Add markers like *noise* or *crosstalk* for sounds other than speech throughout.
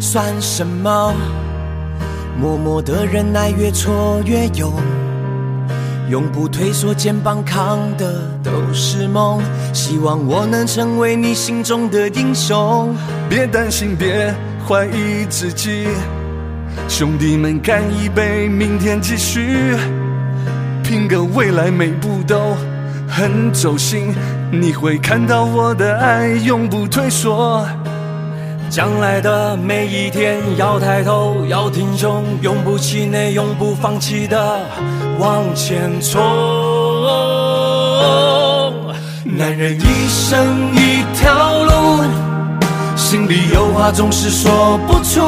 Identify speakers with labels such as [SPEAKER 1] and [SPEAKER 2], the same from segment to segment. [SPEAKER 1] 算什么，默默的忍耐，越挫越勇，永不退缩，肩膀扛的都是梦。希望我能成为你心中的英雄。
[SPEAKER 2] 别担心，别怀疑自己，兄弟们干一杯，明天继续，拼个未来每步都很走心，你会看到我的爱永不退缩。
[SPEAKER 1] 将来的每一天，要抬头，要挺胸，永不气馁，永不放弃的往前冲。男人一生一条路，心里有话总是说不出，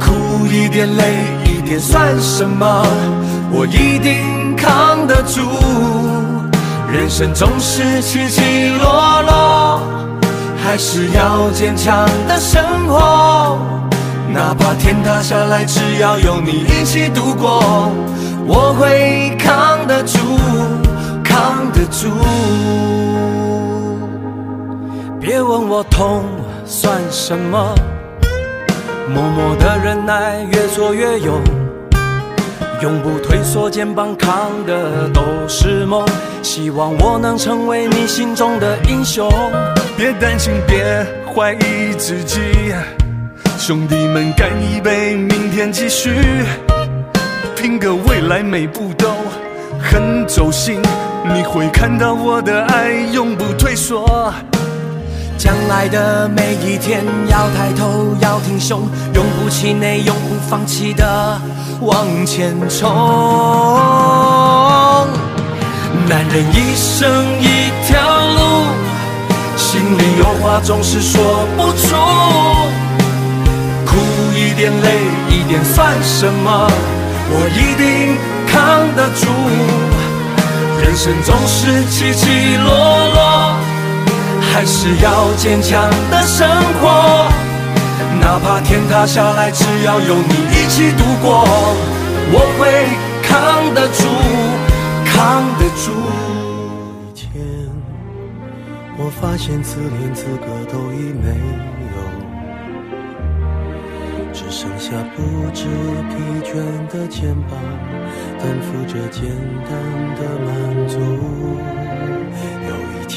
[SPEAKER 1] 苦一点累一点算什么？我一定扛得住。人生总是起起落落。还是要坚强的生活，哪怕天塌下来，只要有你一起度过，我会扛得住，扛得住。别问我痛算什么，默默的忍耐，越挫越勇，永不退缩，肩膀扛的都是梦。希望我能成为你心中的英雄。
[SPEAKER 2] 别担心，别怀疑自己，兄弟们干一杯，明天继续，拼个未来每步都很走心，你会看到我的爱永不退缩。
[SPEAKER 1] 将来的每一天，要抬头，要挺胸，永不气馁，永不放弃的往前冲。男人一生一条路，心里有话总是说不出，苦一点累一点算什么？我一定扛得住。人生总是起起落落，还是要坚强的生活。哪怕天塌下来，只要有你一起度过，我会扛得住，扛得住。
[SPEAKER 3] 天，我发现自怜资格都已没有，只剩下不知疲倦的肩膀，担负着简单的满足。有一天，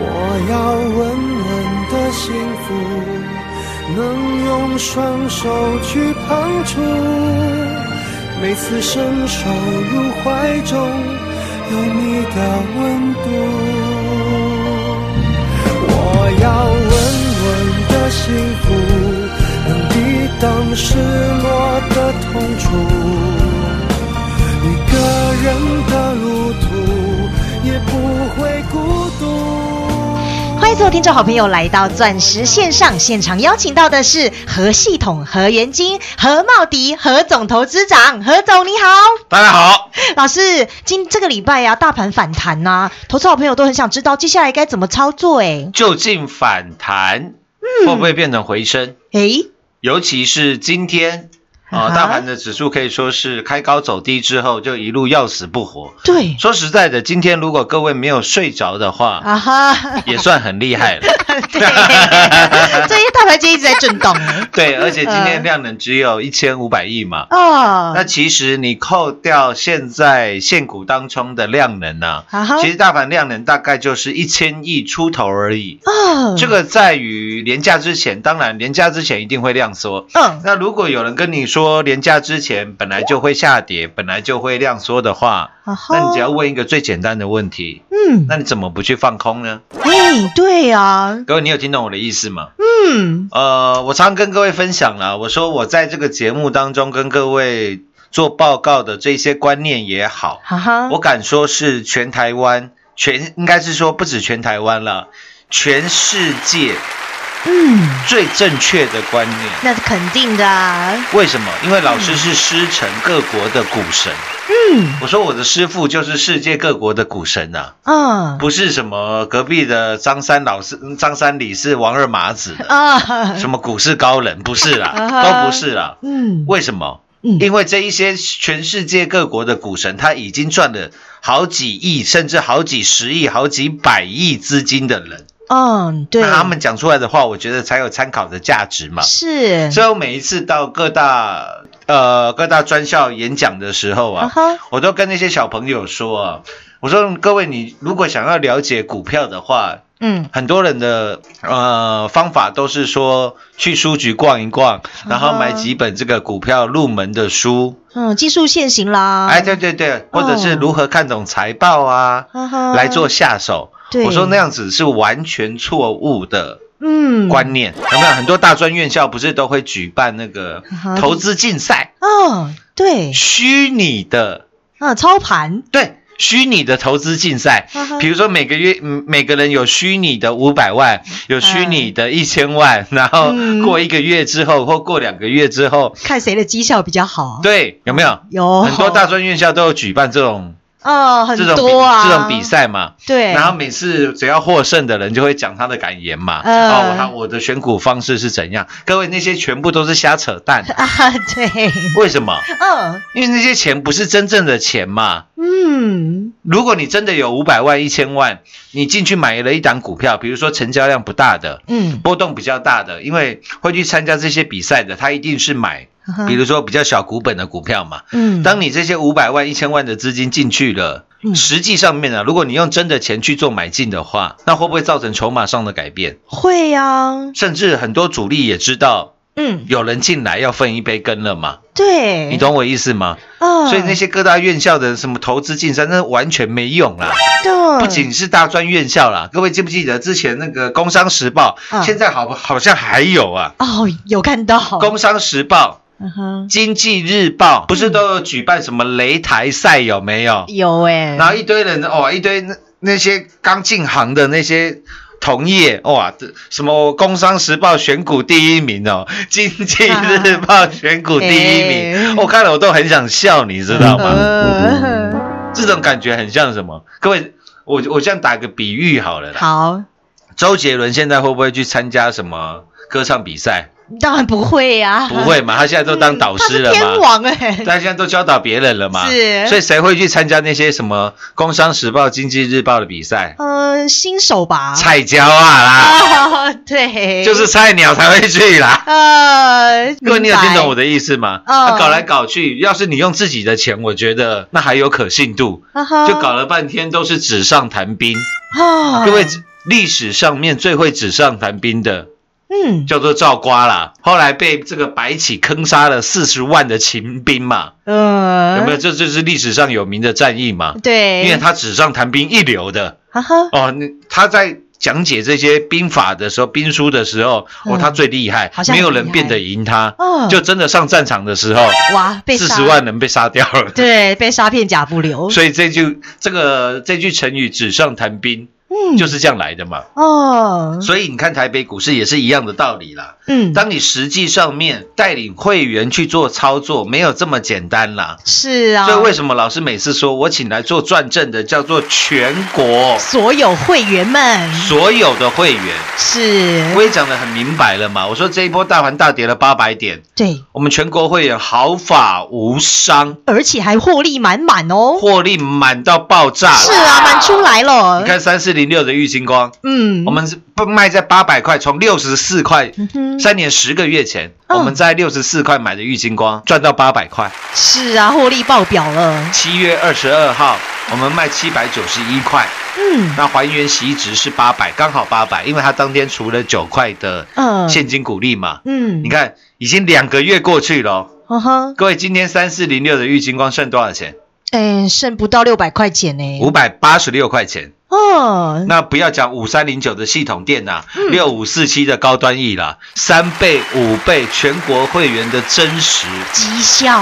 [SPEAKER 3] 我要稳稳的幸福，能用双手去碰触，每次伸手入怀中有你的温度。我要稳稳的幸福，能抵挡失落的痛楚。一个人的路途也不会孤独。
[SPEAKER 4] 欢迎所有听众好朋友来到钻石线上现场，邀请到的是何系统、何元金、何茂迪、何总投资长，何总你好，
[SPEAKER 5] 大家好，
[SPEAKER 4] 老师，今这个礼拜啊，大盘反弹呐、投资好朋友都很想知道接下来该怎么操作、诶
[SPEAKER 5] 究竟反弹
[SPEAKER 4] 嗯
[SPEAKER 5] 会不会变成回升？
[SPEAKER 4] 哎诶，
[SPEAKER 5] 尤其是今天啊、
[SPEAKER 4] 啊哈
[SPEAKER 5] 大盘的指数可以说是开高走低之后就一路要死不活。
[SPEAKER 4] 对
[SPEAKER 5] 说实在的，今天如果各位没有睡着的话，
[SPEAKER 4] 啊哈，
[SPEAKER 5] 也算很厉
[SPEAKER 4] *laughs*
[SPEAKER 5] 害了。
[SPEAKER 4] 对，这一大盘今天一直在震动、诶
[SPEAKER 5] 对，而且今
[SPEAKER 4] 呃
[SPEAKER 5] 天量能只有一千五百亿嘛。
[SPEAKER 4] 哦，
[SPEAKER 5] 那其实你扣掉现在现股当中的量能呢、
[SPEAKER 4] 啊哈
[SPEAKER 5] 其实大盘量能大概就是一千亿出头而已。
[SPEAKER 4] 哦，
[SPEAKER 5] 这个在于于廉价之前，当然廉价之前一定会量缩。
[SPEAKER 4] 嗯，
[SPEAKER 5] 那如果有人跟你说廉价之前本来就会下跌，本来就会量缩的话，
[SPEAKER 4] 那
[SPEAKER 5] 那你只要问一个最简单的问题，
[SPEAKER 4] 嗯，
[SPEAKER 5] 那你怎么不去放空呢？
[SPEAKER 4] 哎，对啊，
[SPEAKER 5] 各位，你有听懂我的意思吗？
[SPEAKER 4] 嗯，
[SPEAKER 5] 呃，我常跟各位分享啦，我说我在这个节目当中跟各位做报告的这些观念也好，
[SPEAKER 4] 哈哈，
[SPEAKER 5] 我敢说是全台湾，全应该是说不止全台湾了，全世界
[SPEAKER 4] 嗯，
[SPEAKER 5] 最正确的观念。
[SPEAKER 4] 那是肯定的啊，
[SPEAKER 5] 为什么？因为老师是师承各国的股神。
[SPEAKER 4] 嗯，
[SPEAKER 5] 我说我的师傅就是世界各国的股神啊，
[SPEAKER 4] 嗯，
[SPEAKER 5] 不是什么隔壁的张三老师、张三李四、王二麻子的
[SPEAKER 4] 啊，
[SPEAKER 5] 什么股市高人，不是啦，
[SPEAKER 4] 啊哈
[SPEAKER 5] 都不是啦。
[SPEAKER 4] 嗯，
[SPEAKER 5] 为什么？
[SPEAKER 4] 嗯
[SPEAKER 5] 因为这一些全世界各国的股神，他已经赚了好几亿，甚至好几十亿、好几百亿资金的人，
[SPEAKER 4] 嗯，对，
[SPEAKER 5] 那他们讲出来的话，我觉得才有参考的价值嘛。
[SPEAKER 4] 是，
[SPEAKER 5] 所以我每一次到各大呃各大专校演讲的时候
[SPEAKER 4] 啊
[SPEAKER 5] 啊，
[SPEAKER 4] 哈，
[SPEAKER 5] 我都跟那些小朋友说啊，我说各位，你如果想要了解股票的话，
[SPEAKER 4] 嗯，
[SPEAKER 5] 很多人的呃方法都是说去书局逛一逛，然后买几本这个股票入门的书，
[SPEAKER 4] 嗯，技术现行啦，
[SPEAKER 5] 哎，对对对，或者
[SPEAKER 4] 嗯
[SPEAKER 5] 是如何看懂财报啊，
[SPEAKER 4] 哈哈，
[SPEAKER 5] 来做，下手。
[SPEAKER 4] 嗯对，
[SPEAKER 5] 我说那，样子是完全错误的
[SPEAKER 4] 嗯，
[SPEAKER 5] 观念，有没有？很多大专院校不是都会举办那个
[SPEAKER 4] 啊哈
[SPEAKER 5] 投资竞赛，
[SPEAKER 4] 哦，对，
[SPEAKER 5] 虚拟的
[SPEAKER 4] 嗯，操盘，
[SPEAKER 5] 对，虚拟的投资竞赛
[SPEAKER 4] 嗯哼，
[SPEAKER 5] 比如说每个月嗯每个人有虚拟的五百万，有虚拟的一千万，然后
[SPEAKER 4] 嗯
[SPEAKER 5] 过一个月之后或过两个月之后，
[SPEAKER 4] 看谁的绩效比较好，，
[SPEAKER 5] 对，有没有？
[SPEAKER 4] 有
[SPEAKER 5] 很多大，专院校都有举办这种
[SPEAKER 4] 哦，很
[SPEAKER 5] 这种比
[SPEAKER 4] 多啊，
[SPEAKER 5] 这种比，赛嘛，
[SPEAKER 4] 对，
[SPEAKER 5] 然后每次只要获胜的人就会讲他的感言嘛，
[SPEAKER 4] 嗯，
[SPEAKER 5] 哦，我他我的选股方式是怎样？各位那些全部都是瞎扯淡
[SPEAKER 4] 啊，对，
[SPEAKER 5] 为什么？
[SPEAKER 4] 嗯
[SPEAKER 5] 因为那些钱不是真正的钱嘛，
[SPEAKER 4] 嗯，
[SPEAKER 5] 如果你真的有五百万、一千万，你进去买了一档股票，比如说成交量不大的、
[SPEAKER 4] 嗯，
[SPEAKER 5] 波动比较大的，因为会去参加这些比赛的，他一定是买，
[SPEAKER 4] 哈哈
[SPEAKER 5] 比如说比较小股本的股票嘛。
[SPEAKER 4] 嗯，
[SPEAKER 5] 当你这些五百万、一千万的资金进去了，
[SPEAKER 4] 嗯
[SPEAKER 5] 实际上面呢、啊如果你用真的钱去做买进的话，那会不会造成筹码上的改变？
[SPEAKER 4] 会呀，
[SPEAKER 5] 甚至很多主力也知道
[SPEAKER 4] 嗯，
[SPEAKER 5] 有人进来要分一杯羹了嘛，
[SPEAKER 4] 对，
[SPEAKER 5] 你，懂我意思吗？
[SPEAKER 4] 哎嗯，
[SPEAKER 5] 所以那些各大院校的什么投资竞赛，那完全没用啦。
[SPEAKER 4] 的
[SPEAKER 5] 不仅是大专院校啦，各位记不记得之前那个《工商时报》
[SPEAKER 4] 嗯
[SPEAKER 5] 现在好好像还有啊，
[SPEAKER 4] 哦，有看到，
[SPEAKER 5] 《工商时报》
[SPEAKER 4] 嗯哼
[SPEAKER 5] 《经济日报》不是都有举办什么擂台赛有没有？
[SPEAKER 4] 有哎，
[SPEAKER 5] 然后一堆人哦，一堆那那些刚进行的那些。同业哇，这什么《工商时报》选股第一名哦，《经济日报》选股第一
[SPEAKER 4] 啊哎嗯
[SPEAKER 5] 名，我、看了我都很想笑，你知道吗？嗯
[SPEAKER 4] 呃，
[SPEAKER 5] 这种感觉很像什么？各位，我我这样打个比喻好了啦。
[SPEAKER 4] 好，
[SPEAKER 5] 周杰伦现在会不会去参加什么歌唱比赛？
[SPEAKER 4] 当然不会呀，
[SPEAKER 5] 不会嘛，他现在都当导师了
[SPEAKER 4] 啊他是天
[SPEAKER 5] 嘛，
[SPEAKER 4] 王 *laughs* 哎，
[SPEAKER 5] 他现在都教导别人了嘛，
[SPEAKER 4] 是
[SPEAKER 5] 所以谁会去参加那些什么《工商时报》《经济日报》的比赛？
[SPEAKER 4] 嗯，新手吧，
[SPEAKER 5] 菜椒啊啦，
[SPEAKER 4] 啊， *laughs* 对，
[SPEAKER 5] 就是菜鸟才会去啦。
[SPEAKER 4] 呃，
[SPEAKER 5] 各位，你有听懂我
[SPEAKER 4] 的？
[SPEAKER 5] 的意思吗？
[SPEAKER 4] 嗯
[SPEAKER 5] 他搞来搞去，要是你用自己的钱，我觉得那还有可信度，
[SPEAKER 4] 啊哈
[SPEAKER 5] 就搞了半天都是纸上谈兵。
[SPEAKER 4] 啊，
[SPEAKER 5] 各位，历史上面最会纸上谈兵的，
[SPEAKER 4] 嗯，
[SPEAKER 5] 叫做赵瓜啦，后来被这个白起坑杀了四十万的秦兵嘛，
[SPEAKER 4] 呃，
[SPEAKER 5] 有没有？？这就是历史上有名的战役嘛，
[SPEAKER 4] 对，
[SPEAKER 5] 因为他纸上谈兵一流的
[SPEAKER 4] 哈哈，
[SPEAKER 5] 哦。你他在讲解这些兵法的时候、兵书的时候，哦，
[SPEAKER 4] 嗯
[SPEAKER 5] 他最厉害
[SPEAKER 4] 好，像
[SPEAKER 5] 没有
[SPEAKER 4] 很厉
[SPEAKER 5] 人变
[SPEAKER 4] 害
[SPEAKER 5] 得赢他。
[SPEAKER 4] 嗯
[SPEAKER 5] 就真的上战场的时候，
[SPEAKER 4] 哇，被
[SPEAKER 5] 四
[SPEAKER 4] 杀
[SPEAKER 5] 十万，人被杀掉了。
[SPEAKER 4] 对，被杀片甲不留，
[SPEAKER 5] 所以这句这个这句成语“纸上谈兵”
[SPEAKER 4] 嗯
[SPEAKER 5] 就是这样来的嘛。
[SPEAKER 4] 哦，
[SPEAKER 5] 所以你看台北股市也是一样的道理啦。
[SPEAKER 4] 嗯，
[SPEAKER 5] 当你实际上面带领会员去做操作，没有这么简单啦。
[SPEAKER 4] 是啊，
[SPEAKER 5] 所以为什么老师每次说我请来做转正的叫做全国
[SPEAKER 4] 所有会员们
[SPEAKER 5] 所有的会员？
[SPEAKER 4] 是
[SPEAKER 5] 我也讲得很明白了嘛。我说这一波大盘大跌了八百点，
[SPEAKER 4] 对，
[SPEAKER 5] 我们全国会员毫发无伤，
[SPEAKER 4] 而且还获利满满哦，
[SPEAKER 5] 获利满到爆炸。
[SPEAKER 4] 是啊，满出来了，
[SPEAKER 5] 你看三四零六的玉金光，
[SPEAKER 4] 嗯，
[SPEAKER 5] 我们是不卖在八百块，从六十四块
[SPEAKER 4] 嗯哼
[SPEAKER 5] 三年十个月前，
[SPEAKER 4] 嗯
[SPEAKER 5] 我们在六十四块买的玉金光，赚到八百块。
[SPEAKER 4] 是啊，获利爆表了，
[SPEAKER 5] 七月二十二号，我们卖七百九十一块，
[SPEAKER 4] 嗯
[SPEAKER 5] 那还原席值是八百，刚好八百，因为它当天除了九块的
[SPEAKER 4] 嗯
[SPEAKER 5] 现金股利嘛。
[SPEAKER 4] 嗯，
[SPEAKER 5] 你，看，已经两个月过去了哦，
[SPEAKER 4] 呵呵，
[SPEAKER 5] 各位，今天三四零六的玉金光剩多少钱？
[SPEAKER 4] 哎，剩不到六百块钱呢，
[SPEAKER 5] 五百八十六块钱。
[SPEAKER 4] 哦，
[SPEAKER 5] 那不要讲五三零九的系统店啦、
[SPEAKER 4] 嗯
[SPEAKER 5] 六五四七的高端 E 啦，三倍、五倍全国会员的真实
[SPEAKER 4] 绩效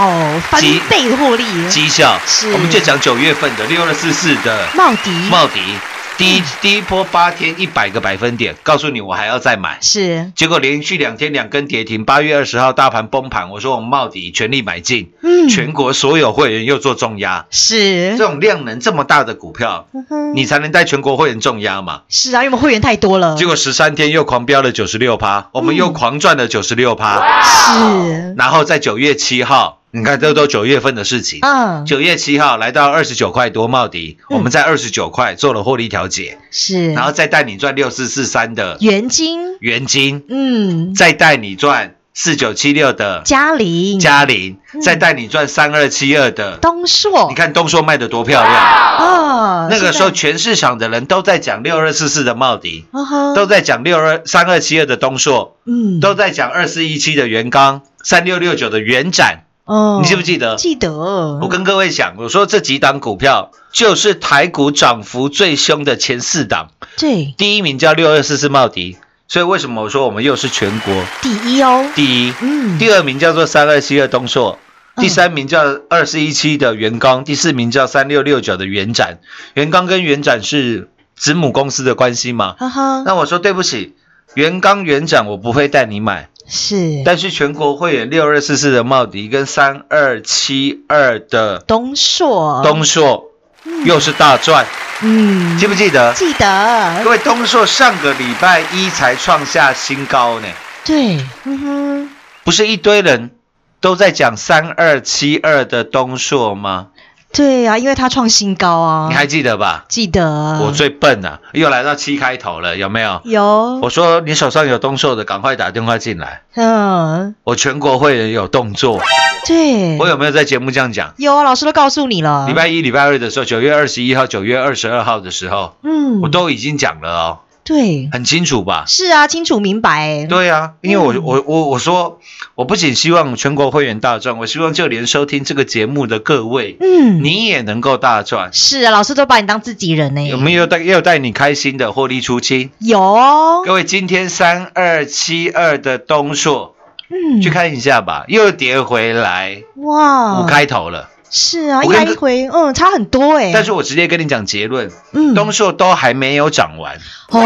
[SPEAKER 4] 翻
[SPEAKER 5] 绩
[SPEAKER 4] 倍获利，
[SPEAKER 5] 绩效
[SPEAKER 4] 是。
[SPEAKER 5] 我们就讲九月份的六二四四的
[SPEAKER 4] 茂迪
[SPEAKER 5] 茂迪，
[SPEAKER 4] 嗯
[SPEAKER 5] 第一第一波八天一百个百分点，告诉你我还要再买。
[SPEAKER 4] 是，
[SPEAKER 5] 结果连续两天两根跌停，八月二十号大盘崩盘，我说我们茂迪全力买进，
[SPEAKER 4] 嗯，
[SPEAKER 5] 全国所有会员又做重压，
[SPEAKER 4] 是
[SPEAKER 5] 这，种量能这么大的股票，
[SPEAKER 4] 嗯
[SPEAKER 5] 你才能带全国会员重压嘛。
[SPEAKER 4] 是啊，因为我们会员太多了，
[SPEAKER 5] 结果十三天又狂飙了九十六趴，我们又狂赚了九十六
[SPEAKER 4] 嗯
[SPEAKER 5] 趴，
[SPEAKER 4] 是，
[SPEAKER 5] 然后在九月七号，你看这都九月份的事情。
[SPEAKER 4] 嗯，
[SPEAKER 5] 九月七号来到二十九块多茂迪，
[SPEAKER 4] 嗯
[SPEAKER 5] 我们在二十九块做了获利调节，
[SPEAKER 4] 是，
[SPEAKER 5] 然后再带你赚六四四三的
[SPEAKER 4] 元金，
[SPEAKER 5] 元金，
[SPEAKER 4] 嗯，
[SPEAKER 5] 再带你赚四九七六的
[SPEAKER 4] 嘉玲，
[SPEAKER 5] 嘉玲
[SPEAKER 4] 嗯，
[SPEAKER 5] 再带你赚三二七二的。
[SPEAKER 4] 东硕
[SPEAKER 5] 你，看东硕卖的多漂亮，
[SPEAKER 4] 哦，
[SPEAKER 5] 那个时
[SPEAKER 4] 现
[SPEAKER 5] 候
[SPEAKER 4] 在，
[SPEAKER 5] 全市场的人都在讲六二四四的茂迪，
[SPEAKER 4] 呵呵
[SPEAKER 5] 都在讲六二三二七二的东硕，
[SPEAKER 4] 嗯
[SPEAKER 5] 都在讲二四一七的元刚，三六六九的元展，
[SPEAKER 4] 哦，
[SPEAKER 5] 你记不记得？
[SPEAKER 4] 记得？我
[SPEAKER 5] 我跟各位讲，我说这几档股票就是台股涨幅最凶的前四档，
[SPEAKER 4] 对
[SPEAKER 5] 第一名叫六二四四茂迪，所以为什么我说我们又是全国
[SPEAKER 4] 第一哦，
[SPEAKER 5] 第一？
[SPEAKER 4] 嗯，
[SPEAKER 5] 第二名叫做三二七二东硕，
[SPEAKER 4] 嗯
[SPEAKER 5] 第三名叫二四一七的元刚，第四名叫三六六九的元展。元刚跟元展是子母公司的关系嘛？
[SPEAKER 4] 哈哈，
[SPEAKER 5] 那我说对不起，元刚元展我不会带你买。
[SPEAKER 4] 是
[SPEAKER 5] 但是全国会员六二四四的茂迪跟三二七二的
[SPEAKER 4] 东硕，
[SPEAKER 5] 东硕又是大赚，
[SPEAKER 4] 嗯，
[SPEAKER 5] 记不记得？
[SPEAKER 4] 记得
[SPEAKER 5] 各？位，东硕上个礼拜一才创下新高呢，
[SPEAKER 4] 对，嗯哼，
[SPEAKER 5] 不是一堆人都在讲三二七二的东硕吗？
[SPEAKER 4] 对啊，因为他创新高啊，
[SPEAKER 5] 你还记得吧？
[SPEAKER 4] 记得？
[SPEAKER 5] 我最笨了、又来到七开头了，有没有？
[SPEAKER 4] 有，
[SPEAKER 5] 我说你手上有东硕的，赶快打电话进来。
[SPEAKER 4] 嗯，
[SPEAKER 5] 我全国会员有动作，
[SPEAKER 4] 对，
[SPEAKER 5] 我有没有在节目这样讲？
[SPEAKER 4] 有啊，老师都告诉你了，
[SPEAKER 5] 礼拜一、礼拜二的时候，九月二十一号、九月二十二号的时候，
[SPEAKER 4] 嗯，
[SPEAKER 5] 我都已经讲了哦，
[SPEAKER 4] 对，
[SPEAKER 5] 很清楚吧？
[SPEAKER 4] 是啊，清楚明白，
[SPEAKER 5] 对啊，因为我
[SPEAKER 4] 嗯
[SPEAKER 5] 我我我说，我不仅希望全国会员大赚，我希望就连收听这个节目的各位，
[SPEAKER 4] 嗯，
[SPEAKER 5] 你也能够大赚。
[SPEAKER 4] 是啊，老师都把你当自己人呢，
[SPEAKER 5] 有没有带要带你开心的获利出清？
[SPEAKER 4] 有哦，
[SPEAKER 5] 各位，今天三二七二的东硕
[SPEAKER 4] 嗯，哦
[SPEAKER 5] 去看一下吧，又跌回来
[SPEAKER 4] 哇，
[SPEAKER 5] 五开头了。
[SPEAKER 4] 是啊，
[SPEAKER 5] 我
[SPEAKER 4] 一
[SPEAKER 5] 跟
[SPEAKER 4] 来
[SPEAKER 5] 各
[SPEAKER 4] 一回，嗯，差很多哎，
[SPEAKER 5] 但是我直接跟你讲结论，
[SPEAKER 4] 嗯，
[SPEAKER 5] 东硕都还没有涨完，
[SPEAKER 4] 哦，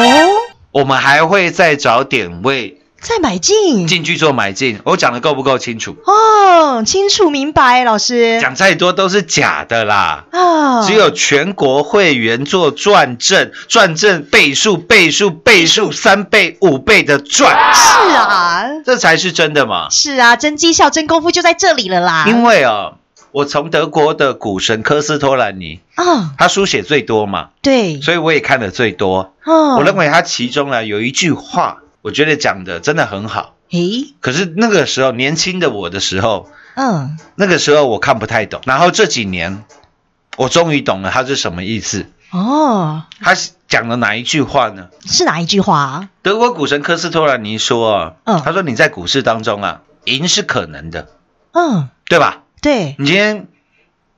[SPEAKER 5] 我们还会再找点位
[SPEAKER 4] 再买进，
[SPEAKER 5] 进去做买进，我讲的够不够清楚？
[SPEAKER 4] 哦，清楚明白，老师
[SPEAKER 5] 讲再多都是假的啦。
[SPEAKER 4] 啊，
[SPEAKER 5] 只有全国会员做转正，转正倍数、倍数、倍数，三倍、五倍的赚，
[SPEAKER 4] 是啊，
[SPEAKER 5] 这才是真的嘛。
[SPEAKER 4] 是啊，真绩效、真功夫就在这里了啦，
[SPEAKER 5] 因为哦，我从德国的股神科斯托兰尼，
[SPEAKER 4] 啊，
[SPEAKER 5] 他书写最多嘛，
[SPEAKER 4] 对，
[SPEAKER 5] 所以我也看的最多。
[SPEAKER 4] 哦，
[SPEAKER 5] 我认，为他其中呢有一句话，我觉得讲的真的很好。
[SPEAKER 4] 诶，
[SPEAKER 5] 可是那个时候年轻的我的时候，
[SPEAKER 4] 嗯，
[SPEAKER 5] 那个时候我看不太懂，然后这几年我终于懂了他是什么意思。
[SPEAKER 4] 哦，
[SPEAKER 5] 他讲了哪一句话呢？
[SPEAKER 4] 是哪一句话啊？
[SPEAKER 5] 德国股神科斯托兰尼说啊，
[SPEAKER 4] 嗯
[SPEAKER 5] 他说你在股市当中啊，赢是可能的，
[SPEAKER 4] 嗯，
[SPEAKER 5] 对吧？
[SPEAKER 4] 对，
[SPEAKER 5] 你今天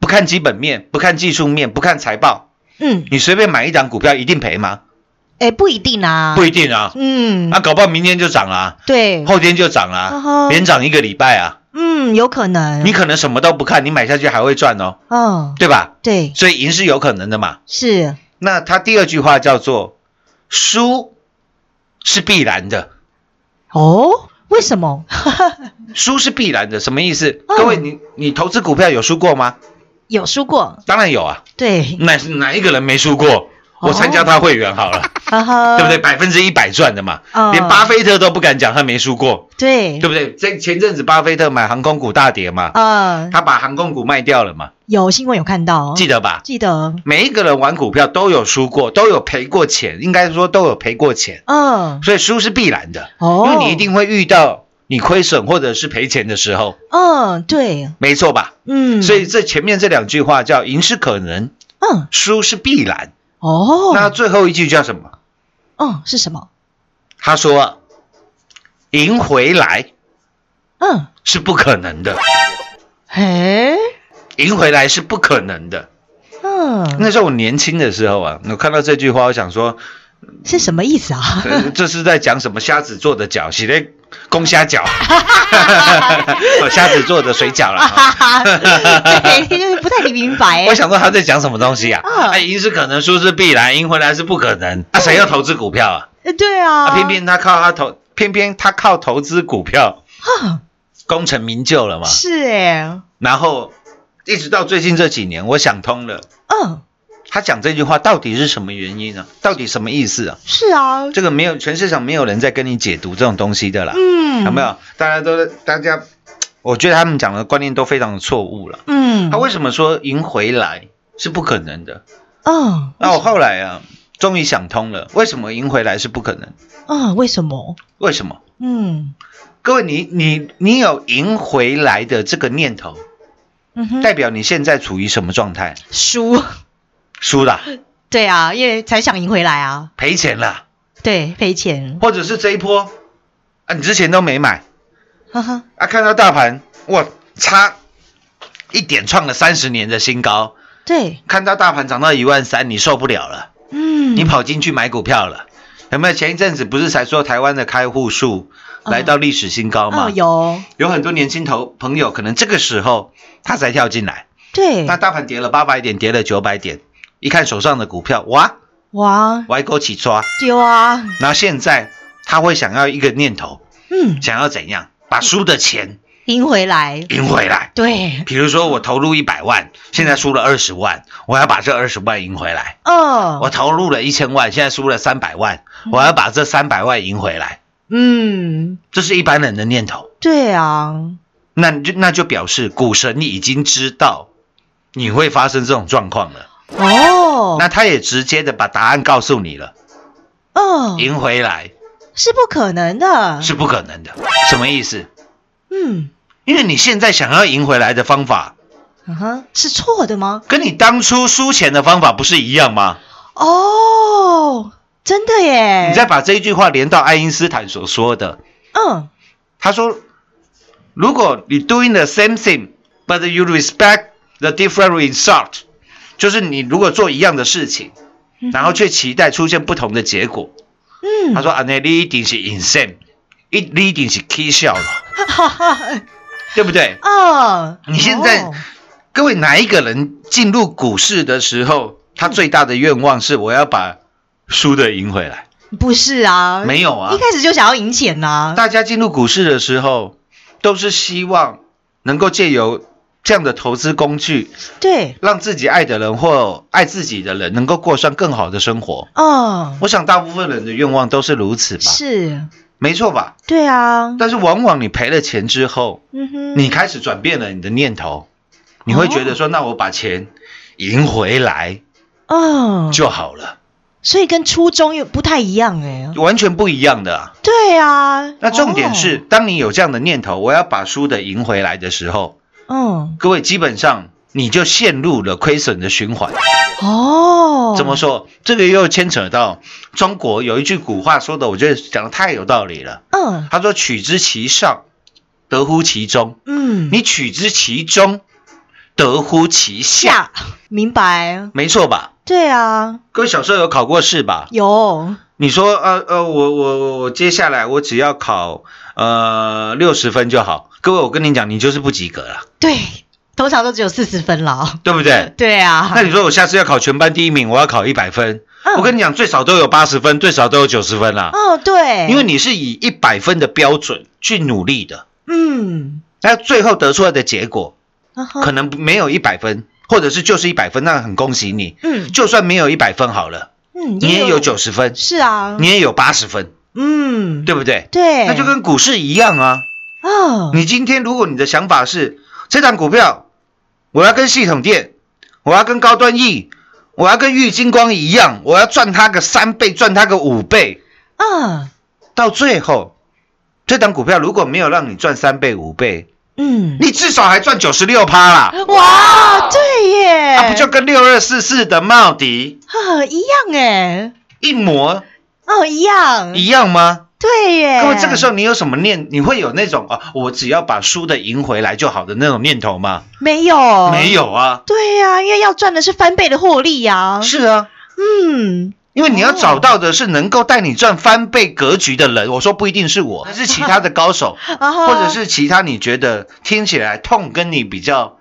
[SPEAKER 5] 不看基本面，不看技术面，不看财报，
[SPEAKER 4] 嗯，
[SPEAKER 5] 你随便买一档股票一定赔吗？
[SPEAKER 4] 诶，不一定啊，
[SPEAKER 5] 不一定啊，
[SPEAKER 4] 嗯，
[SPEAKER 5] 啊，搞不好明天就涨啦、
[SPEAKER 4] 对，
[SPEAKER 5] 后天就涨
[SPEAKER 4] 呵
[SPEAKER 5] 啦、
[SPEAKER 4] 呵
[SPEAKER 5] 连涨一个礼拜啊，
[SPEAKER 4] 嗯，有可能，
[SPEAKER 5] 你可能什么都不看，你买下去还会赚哦，
[SPEAKER 4] 嗯，
[SPEAKER 5] 对吧？
[SPEAKER 4] 对，
[SPEAKER 5] 所以赢是有可能的嘛。
[SPEAKER 4] 是，
[SPEAKER 5] 那他第二句话叫做输是必然的，
[SPEAKER 4] 哦，为什么？ *laughs*
[SPEAKER 5] 输是必然的，什么意思？
[SPEAKER 4] 嗯
[SPEAKER 5] 各位，你你投资股票有输过吗？
[SPEAKER 4] 有输过，
[SPEAKER 5] 当然有啊，
[SPEAKER 4] 对，
[SPEAKER 5] 哪哪一个人没输过？我参加他会员好了，
[SPEAKER 4] 呵呵，
[SPEAKER 5] 对不对？？百分之一百赚的嘛，
[SPEAKER 4] 嗯
[SPEAKER 5] 连巴菲特都不敢讲他没输
[SPEAKER 4] 哦
[SPEAKER 5] 过，
[SPEAKER 4] 对，
[SPEAKER 5] 对不对？这前阵子巴菲特买航空股大跌嘛，
[SPEAKER 4] 嗯，
[SPEAKER 5] 他把航空股卖掉了嘛，
[SPEAKER 4] 有新闻有看到，
[SPEAKER 5] 记得吧？
[SPEAKER 4] 记得，
[SPEAKER 5] 每一个人玩股票都有输过，都有赔过钱，应该说都有赔过钱，
[SPEAKER 4] 嗯，
[SPEAKER 5] 所以输是必然的，因
[SPEAKER 4] 哦，
[SPEAKER 5] 为你一，定会遇到你亏损或者是赔钱的时候，
[SPEAKER 4] 嗯，对，
[SPEAKER 5] 没错吧？
[SPEAKER 4] 嗯，
[SPEAKER 5] 所以，这前面这两句话叫赢是可能，
[SPEAKER 4] 嗯，
[SPEAKER 5] 输是必然。
[SPEAKER 4] 哦，
[SPEAKER 5] 那最后一句叫什么？
[SPEAKER 4] 嗯，是什么？
[SPEAKER 5] 他说，赢回来
[SPEAKER 4] 嗯，
[SPEAKER 5] 是不可能的，
[SPEAKER 4] 嘿，
[SPEAKER 5] 赢回来是不可能的。
[SPEAKER 4] 嗯，
[SPEAKER 5] 那时候我年轻的时候啊，我看到这句话，我想说，
[SPEAKER 4] 是什么意思啊？
[SPEAKER 5] *laughs* 呃这是在讲什么瞎子做的脚，洗的公
[SPEAKER 4] *laughs*
[SPEAKER 5] 虾饺， *laughs* 哦瞎子做的水饺
[SPEAKER 4] 哈
[SPEAKER 5] 了。
[SPEAKER 4] 哈哈，对，就是哎不太明白
[SPEAKER 5] 我，想说他在讲什么东西啊？
[SPEAKER 4] 嗯
[SPEAKER 5] 哎，赢是可能，输是必然，赢回来是不可能。那谁要投资股票啊？
[SPEAKER 4] 哎对
[SPEAKER 5] 啊，
[SPEAKER 4] 啊，
[SPEAKER 5] 偏偏他靠他投，偏偏他靠投资股票
[SPEAKER 4] 啊
[SPEAKER 5] 功成名就了嘛。
[SPEAKER 4] 是哎，
[SPEAKER 5] 然后一直到最近这几年，我想通了，
[SPEAKER 4] 嗯，
[SPEAKER 5] 他讲这句话到底是什么原因呢、到底什么意思啊？
[SPEAKER 4] 是啊，
[SPEAKER 5] 这个没有，全市场没有人在跟你解读这种东西的啦，
[SPEAKER 4] 嗯，
[SPEAKER 5] 有没？有？大家都大家，我觉得他们讲的观念都非常的错误了。
[SPEAKER 4] 嗯，
[SPEAKER 5] 他为什么说赢回来是不可能的？
[SPEAKER 4] 嗯
[SPEAKER 5] 那我后来啊，终于想通了，为什么赢回来是不可能？
[SPEAKER 4] 嗯，为什么？
[SPEAKER 5] 为什么？
[SPEAKER 4] 嗯
[SPEAKER 5] 各位，你你你有赢回来的这个念头，
[SPEAKER 4] 嗯哼，
[SPEAKER 5] 代表你现在处于什么状态？
[SPEAKER 4] 输，
[SPEAKER 5] 输了，
[SPEAKER 4] 对啊，因为才想赢回来啊，
[SPEAKER 5] 赔钱了，
[SPEAKER 4] 对，赔钱，
[SPEAKER 5] 或者是这一波啊，你之前都没买
[SPEAKER 4] 哈哈，
[SPEAKER 5] 啊，看到大盘哇，差一点创了三十年的新高，
[SPEAKER 4] 对，
[SPEAKER 5] 看到大盘涨到一万三，你受不了了，
[SPEAKER 4] 嗯，
[SPEAKER 5] 你跑进去买股票了。有没有前一阵子不是才说台湾的开户数来到历史新高吗？
[SPEAKER 4] 哦，有，
[SPEAKER 5] 有很多年轻投朋友可能这个时候他才跳进来，
[SPEAKER 4] 对
[SPEAKER 5] 那，大盘跌了八百点，跌了九百点，一看手上的股票，哇，
[SPEAKER 4] 哇，
[SPEAKER 5] 歪勾起抓。
[SPEAKER 4] 丢啊，
[SPEAKER 5] 然后现在他会想要一个念头，
[SPEAKER 4] 嗯，
[SPEAKER 5] 想要怎样把输的钱
[SPEAKER 4] 赢回来，
[SPEAKER 5] 赢回来。
[SPEAKER 4] 对，
[SPEAKER 5] 比如说我投入一百万，现在输了二十万，我要把这二十万赢回来。
[SPEAKER 4] 哦，
[SPEAKER 5] 我投入了一千万，现在输了三百万，我要把这三百万赢回来。
[SPEAKER 4] 嗯，
[SPEAKER 5] 这是一般人的念头，
[SPEAKER 4] 对啊，
[SPEAKER 5] 那你就那就表示股神你已经知道你会发生这种状况了，
[SPEAKER 4] 哦，
[SPEAKER 5] 那他也直接的把答案告诉你了，
[SPEAKER 4] 哦，啊
[SPEAKER 5] 赢回来
[SPEAKER 4] 是不可能的，
[SPEAKER 5] 是不可能的。什么意思？
[SPEAKER 4] 嗯，
[SPEAKER 5] 因为你现在想要赢回来的方法，
[SPEAKER 4] 嗯哼，是错的吗？
[SPEAKER 5] 跟你当初输钱的方法不是一样吗？
[SPEAKER 4] 哦，真的耶，
[SPEAKER 5] 你再把这一句话连到爱因斯坦所说的，
[SPEAKER 4] 嗯，
[SPEAKER 5] 他说：“如果你 doing the same thing, but you respect the different result，就是你如果做一样的事情，然后却期待出现不同的结果。
[SPEAKER 4] 嗯，
[SPEAKER 5] 他说：“啊，那你一定是 insane，一你一定是 k 笑了，
[SPEAKER 4] 哈哈，
[SPEAKER 5] 对不对？
[SPEAKER 4] 嗯，
[SPEAKER 5] 你现在
[SPEAKER 4] 哦
[SPEAKER 5] 各位哪一个人进入股市的时候，他最大的愿望是我要把输的赢回来？
[SPEAKER 4] 不是啊，
[SPEAKER 5] 没有啊
[SPEAKER 4] 一，开始就想要赢钱啊呐、
[SPEAKER 5] 大家进入股市的时候，都是希望能够借由这样的投资工具，
[SPEAKER 4] 对，
[SPEAKER 5] 让自己爱的人或爱自己的人能够过上更好的生活。
[SPEAKER 4] 嗯，
[SPEAKER 5] 我想大部分人的愿望都是如此吧，
[SPEAKER 4] 是，
[SPEAKER 5] 没错吧？
[SPEAKER 4] 对啊，
[SPEAKER 5] 但是往往你赔了钱之后，
[SPEAKER 4] 嗯哼，
[SPEAKER 5] 你开始转变了你的念头，你会觉得说，那我把钱赢回来
[SPEAKER 4] 嗯，
[SPEAKER 5] 就好了，
[SPEAKER 4] 所以跟初中又不太一样哎、
[SPEAKER 5] 完全不一样的啊、
[SPEAKER 4] 对啊，
[SPEAKER 5] 那重点是，
[SPEAKER 4] 哦，
[SPEAKER 5] 当你有这样的念头，我要把输的赢回来的时候，
[SPEAKER 4] 嗯，
[SPEAKER 5] 各位基本上你就陷入了亏损的循环。
[SPEAKER 4] 哦，
[SPEAKER 5] 怎么？说？这个又牵扯到中国有一句古话说的，我觉得讲的太有道理了。
[SPEAKER 4] 嗯
[SPEAKER 5] 他说：“取之其上，得乎其中；
[SPEAKER 4] 嗯，
[SPEAKER 5] 你取之其中，得乎其
[SPEAKER 4] 下
[SPEAKER 5] 下。
[SPEAKER 4] 明白？”
[SPEAKER 5] 没错吧？
[SPEAKER 4] 对啊，
[SPEAKER 5] 各位小时候有考过试吧？
[SPEAKER 4] 有，
[SPEAKER 5] 你说，呃呃，我我我我接下来我只要考呃六十分就好。各位，我跟你讲，你就是不及格了，
[SPEAKER 4] 对，通常都只有四十分啦。
[SPEAKER 5] 对不对？
[SPEAKER 4] 对啊，
[SPEAKER 5] 那你说我下次要考全班第一名，我要考一百分，
[SPEAKER 4] 嗯
[SPEAKER 5] 我跟你讲，最少都有八十分，最少都有九十分啦。
[SPEAKER 4] 哦，对，
[SPEAKER 5] 因为你是以一百分的标准去努力的，
[SPEAKER 4] 嗯，
[SPEAKER 5] 那最后得出来的结果
[SPEAKER 4] 啊哈
[SPEAKER 5] 可能没有一百分，或者是就是一百分，那很恭喜你。
[SPEAKER 4] 嗯
[SPEAKER 5] 就算没有一百分好了，
[SPEAKER 4] 嗯，
[SPEAKER 5] 你也有九十分，
[SPEAKER 4] 是啊，
[SPEAKER 5] 你也有八十分，
[SPEAKER 4] 嗯，
[SPEAKER 5] 对不对？
[SPEAKER 4] 对，
[SPEAKER 5] 那就跟股市一样啊。
[SPEAKER 4] 哦，
[SPEAKER 5] 你今天如果你的想法是这档股票，我要跟系统店，我要跟高端 E，我要跟玉金光一样，我要赚它个三倍，赚它个五倍，
[SPEAKER 4] 嗯
[SPEAKER 5] 到最后，这档股票如果没有让你赚三倍五倍，
[SPEAKER 4] 嗯，
[SPEAKER 5] 你至少还赚九十六趴啦，啊
[SPEAKER 4] 哇，啊对耶，
[SPEAKER 5] 那、不就跟六二四四的茂迪
[SPEAKER 4] 呵一样哎，
[SPEAKER 5] 一模
[SPEAKER 4] 哦一样，
[SPEAKER 5] 一样吗？
[SPEAKER 4] 对耶，
[SPEAKER 5] 各位，这个时候你有什么念？你会有那种啊，我只要把输的赢回来就好的那种念头吗？
[SPEAKER 4] 没有
[SPEAKER 5] 没，有啊，
[SPEAKER 4] 对呀、因为要赚的是翻倍的获利呀、
[SPEAKER 5] 是啊，
[SPEAKER 4] 嗯，
[SPEAKER 5] 因为你要找到的是能够带你赚翻倍格局的人，我说不一定是
[SPEAKER 4] 哦
[SPEAKER 5] 我，是其他的
[SPEAKER 4] *laughs*
[SPEAKER 5] 高手，
[SPEAKER 4] 然后
[SPEAKER 5] 或者是其他你觉得听起来痛跟你比较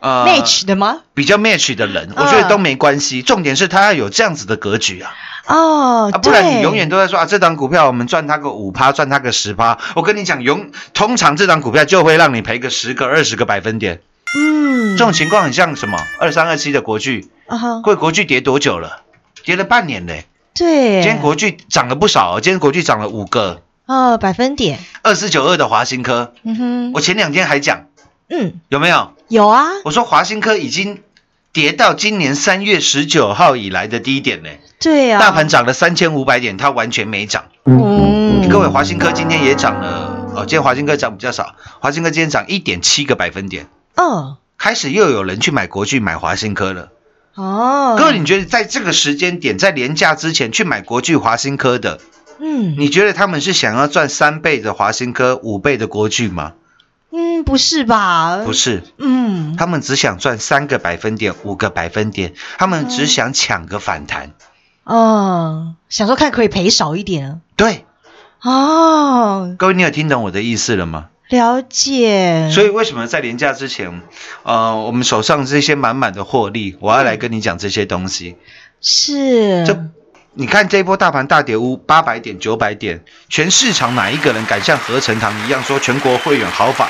[SPEAKER 5] 呃
[SPEAKER 4] match 的吗？
[SPEAKER 5] 比较 match 的人，我
[SPEAKER 4] 嗯
[SPEAKER 5] 觉得都没关系。重点是他要有这样子的格局啊，
[SPEAKER 4] 哦，
[SPEAKER 5] 啊，不然你永远都在说啊，这档股票我们赚它个五趴，赚它个十趴。我跟你讲，永通常这档股票就会让你赔个十个、二十个百分点。
[SPEAKER 4] 对嗯
[SPEAKER 5] 这种情况很像什么？二三二七的国巨，
[SPEAKER 4] 啊哈，
[SPEAKER 5] 贵国巨跌多久了？跌了半年嘞、
[SPEAKER 4] 对，
[SPEAKER 5] 今天国巨涨了不少、哦，今天国巨涨了五个，
[SPEAKER 4] 哦百分点，
[SPEAKER 5] 二四九二的华新科，
[SPEAKER 4] 嗯哼，
[SPEAKER 5] 我前两天还讲
[SPEAKER 4] 嗯
[SPEAKER 5] 有没有？
[SPEAKER 4] 有啊，
[SPEAKER 5] 我说华新科已经跌到今年三月十九号以来的低点嘞、
[SPEAKER 4] 对啊，
[SPEAKER 5] 大盘涨了三千五百点，它完全没涨。
[SPEAKER 4] 嗯，
[SPEAKER 5] 各位，华新科今天也涨了，哦，今天华新科涨比较少，华新科今天涨一点七个百分点，
[SPEAKER 4] 哦
[SPEAKER 5] 开始又有人去买国巨、买华新科了。
[SPEAKER 4] 哦，
[SPEAKER 5] 各位，你觉得在这个时间点，在廉价之前去买国巨、华新科的，
[SPEAKER 4] 嗯
[SPEAKER 5] 你觉得他们是想要赚三倍的华新科、五倍的国巨吗？
[SPEAKER 4] 嗯不是吧？
[SPEAKER 5] 不，是，
[SPEAKER 4] 嗯
[SPEAKER 5] 他们只想赚三个百分点、五个百分点，他们只想抢个反弹。
[SPEAKER 4] 哦，想说看可以赔少一点
[SPEAKER 5] 对，
[SPEAKER 4] 哦，
[SPEAKER 5] 各位，你有听懂我的意思了吗？
[SPEAKER 4] 了解，
[SPEAKER 5] 所以为什么在廉价之前，呃，我们手上这些满满的获利，我要来跟你讲这些东西。
[SPEAKER 4] 是
[SPEAKER 5] 这你看这一波大盘大跌屋八百点、九百点，全市场哪一个人敢像合成堂一样说全国会员毫发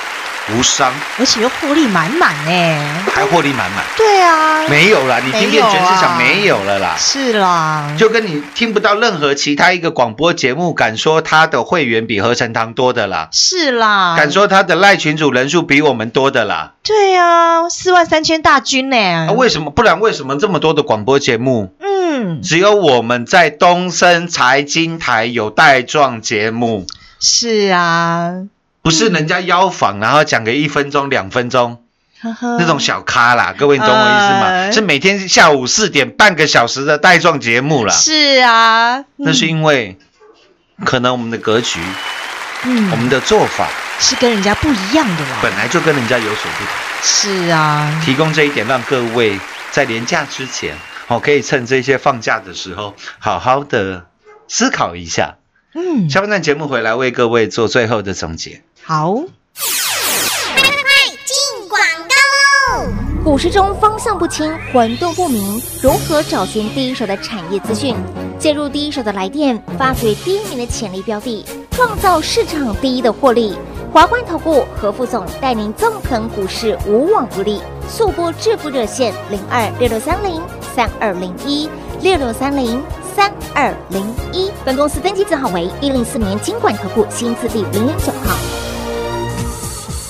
[SPEAKER 5] 无伤，
[SPEAKER 4] 而且又获利满满哎，
[SPEAKER 5] 还获利满满？
[SPEAKER 4] 对啊，
[SPEAKER 5] 没有啦，你听
[SPEAKER 4] 没有
[SPEAKER 5] 遍
[SPEAKER 4] 啊
[SPEAKER 5] 全市场没有了啦。
[SPEAKER 4] 是啦，
[SPEAKER 5] 就跟你听不到任何其他一个广播节目敢说他的会员比合成堂多的啦，
[SPEAKER 4] 是啦，
[SPEAKER 5] 敢说他的赖群主人数比我们多的啦。
[SPEAKER 4] 对啊，四万三千大军呢、
[SPEAKER 5] 啊，为什么？不然为什么这么多的广播节目，
[SPEAKER 4] 嗯，
[SPEAKER 5] 只有我们在东升财经台有带状节目，
[SPEAKER 4] 是啊，
[SPEAKER 5] 不是人家邀访，然后讲个一分钟、两分钟
[SPEAKER 4] 呵呵，
[SPEAKER 5] 那种小咖啦。各位，你懂我意思吗？
[SPEAKER 4] 嗯哎
[SPEAKER 5] 是每天下午四点半个小时的带状节目啦。
[SPEAKER 4] 是啊，嗯
[SPEAKER 5] 那是因为可能我们的格局、
[SPEAKER 4] 嗯，
[SPEAKER 5] 我们的做法
[SPEAKER 4] 是跟人家不一样的啦，
[SPEAKER 5] 本来就跟人家有所不同。
[SPEAKER 4] 是啊，
[SPEAKER 5] 提供这一点，让各位在年假之前，哦，可以趁这些放假的时候，好好的思考一下。
[SPEAKER 4] 嗯，
[SPEAKER 5] 下半段节目回来为各位做最后的总结。
[SPEAKER 4] 好，
[SPEAKER 6] 进广告喽！股市中方向不清、混沌不明，如何找寻第一手的产业资讯？介入第一手的来电，发掘第一名的潜力标的，创造市场第一的获利。华冠投顾何副总带您纵横股市，无往不利。速播致富热线零二六六三零三二零一六六三零三二零一。本公司登记字号为一零四年经管投顾新字第零零九号。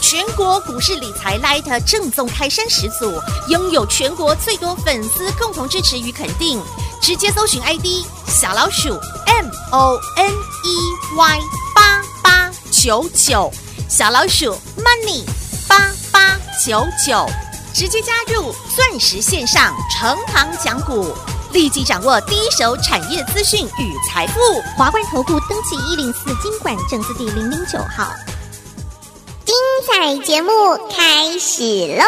[SPEAKER 6] 全国股市理财 Light 正宗开山始祖，拥有全国最多粉丝共同支持与肯定。直接搜寻 ID 小老鼠 M O N E Y 八八九九，小老鼠 Money 八八九九，直接加入钻石线上成行讲股，立即掌握第一手产业资讯与财富。华冠投顾登记一零四经管证字第零零九号。彩节目开始喽！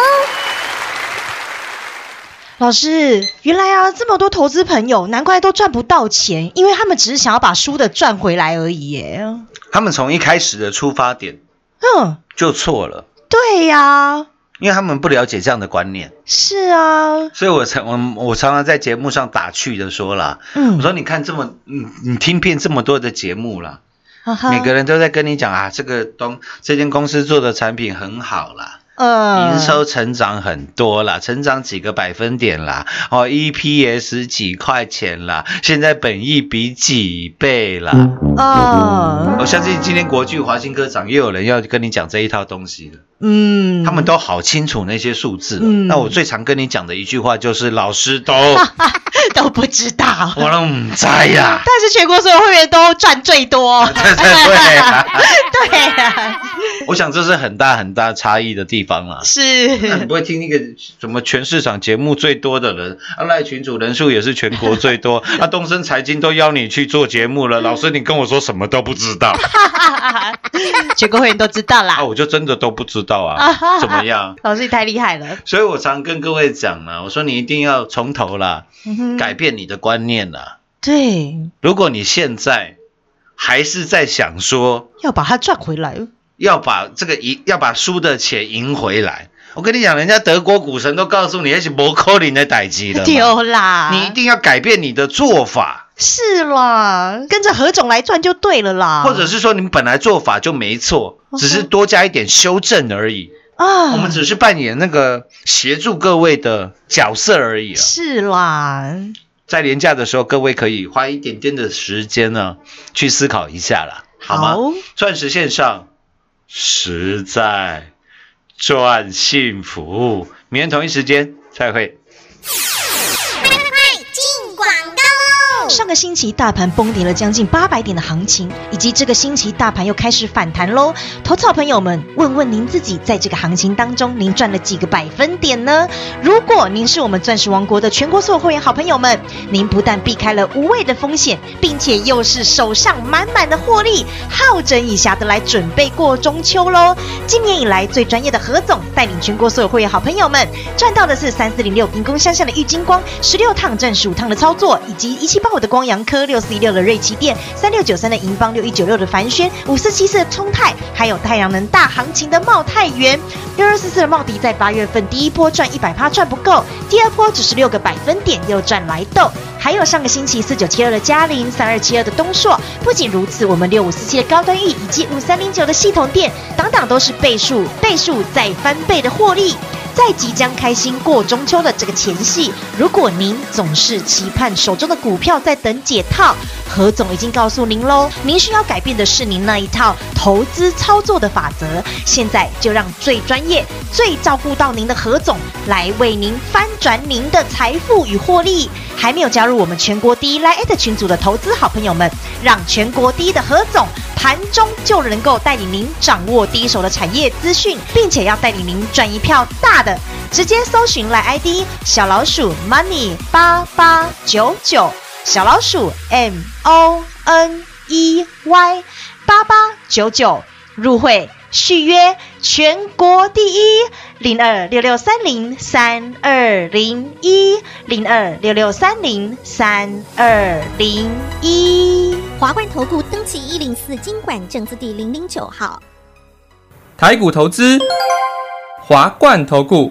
[SPEAKER 4] 老师，原来啊这么多投资朋友，难怪都赚不到钱，因为他们只是想要把输的赚回来而已耶，
[SPEAKER 5] 他们从一开始的出发点
[SPEAKER 4] 嗯，
[SPEAKER 5] 就错了，
[SPEAKER 4] 对呀、
[SPEAKER 5] 因为他们不了解这样的观念，
[SPEAKER 4] 是啊，
[SPEAKER 5] 所以我常我我常常在节目上打趣的说啦，我
[SPEAKER 4] 嗯，
[SPEAKER 5] 说你看这么，你你听遍这么多的节目啦，
[SPEAKER 4] 哈哈
[SPEAKER 5] 每个人都在跟你讲啊，这个东这间公司做的产品很好啦，
[SPEAKER 4] 呃，
[SPEAKER 5] 营收成长很多啦，成长几个百分点啦，哦，EPS 几块钱啦，现在本益比几倍啦。
[SPEAKER 4] 呃，
[SPEAKER 5] 我相信今天国巨、华新科长又有人要跟你讲这一套东西了，
[SPEAKER 4] 嗯，
[SPEAKER 5] 他们都好清楚那些数字了。
[SPEAKER 4] 嗯
[SPEAKER 5] 那我最常跟你讲的一句话就是，老
[SPEAKER 4] *laughs*
[SPEAKER 5] 师都
[SPEAKER 4] 都不知道。
[SPEAKER 5] 我都唔知呀、
[SPEAKER 4] *laughs* 但是全国所有会员都赚最多，
[SPEAKER 5] *laughs* 对对对啊、
[SPEAKER 4] 对啊，
[SPEAKER 5] 我想这是很大很大差异的地方啦。 *laughs* 那你
[SPEAKER 4] 是
[SPEAKER 5] 不会听那个什么全市场节目最多的人，啊赖群主人数也是全国最多，啊东升财经都邀你去做节目了，老师你跟我说什么都不知道，
[SPEAKER 4] 全国会员都知道
[SPEAKER 5] 啊
[SPEAKER 4] 啦。
[SPEAKER 5] 我就真的都不知道啊，怎么样？
[SPEAKER 4] 老师你太厉害了，
[SPEAKER 5] 所以我常跟各位讲啦，我说你一定要从头啦，
[SPEAKER 4] 嗯哼
[SPEAKER 5] 改变你的观念啦。
[SPEAKER 4] 对，
[SPEAKER 5] 如果你现在还是在想说
[SPEAKER 4] 要把它赚回来。
[SPEAKER 5] 要把这个赢，要把输的钱赢回来，我跟你讲，人家德国股神都告诉你，那是不可能的代机
[SPEAKER 4] *laughs*
[SPEAKER 5] 的嘛。
[SPEAKER 4] 丢啦，
[SPEAKER 5] 你一定要改变你的做法，
[SPEAKER 4] 是啦，跟着何总来赚就对了啦。
[SPEAKER 5] 或者是说你们本来做法就没错，只是多加一点修正而已。
[SPEAKER 4] 啊，
[SPEAKER 5] 我们只是扮演那个协助各位的角色而已啊。
[SPEAKER 4] 是啦，
[SPEAKER 5] 在廉价的时候，各位可以花一点点的时间呢，去思考一下啦，好吗？钻石线上实在赚幸福，明天同一时间再会。
[SPEAKER 6] 进广告喽！
[SPEAKER 4] 上个星期大盘崩跌了将近八百点的行情，以及这个星期大盘又开始反弹喽。投草朋友们，问问您自己，在这个行情当中，您赚了几个百分点呢？如果您是我们钻石王国的全国所有会员好朋友们，您不但避开了无谓的风险，并且又是手上满满的获利，好整以暇的来准备过中秋喽。今年以来最专业的何总带领全国所有会员好朋友们赚到的是三四零六银工相向的郁金光十六趟赚十五趟的操作，以及一七八五的光阳科六四一六的瑞奇店三六九三的银邦六一九六的凡轩五四七四的冲泰，还有太阳能大行情的茂泰源六二四四的茂迪在八月份第一波赚一百趴赚不够，第二波只是六个百分点又赚来豆，还有上个星期四九七二的嘉陵三二七二的东硕。不仅如此，我们六五四七的高端玉以及五三零九的系统店，档档都是倍数、倍数再翻倍的获利。在即将开心过中秋的这个前夕，如果您总是期盼手中的股票在等解套，何总已经告诉您喽，您需要改变的是您那一套投资操作的法则。现在就让最专业、最照顾到您的何总来为您翻转您的财富与获利。还没有加入我们全国第一 Line at 群组的投资好朋友们，让全国第一的何总盘中就能够带领您掌握第一手的产业资讯，并且要带领您赚一票大的。直接搜寻来 ID 小老鼠 Money 八八九九，小老鼠 M O N E Y 八八九九入会续约，全国第一零二六六三零三二零一零二六六三零三二零一。
[SPEAKER 6] 华冠投顾登记一零四经管证字第零零九号。
[SPEAKER 7] 台股投资，华冠投顾，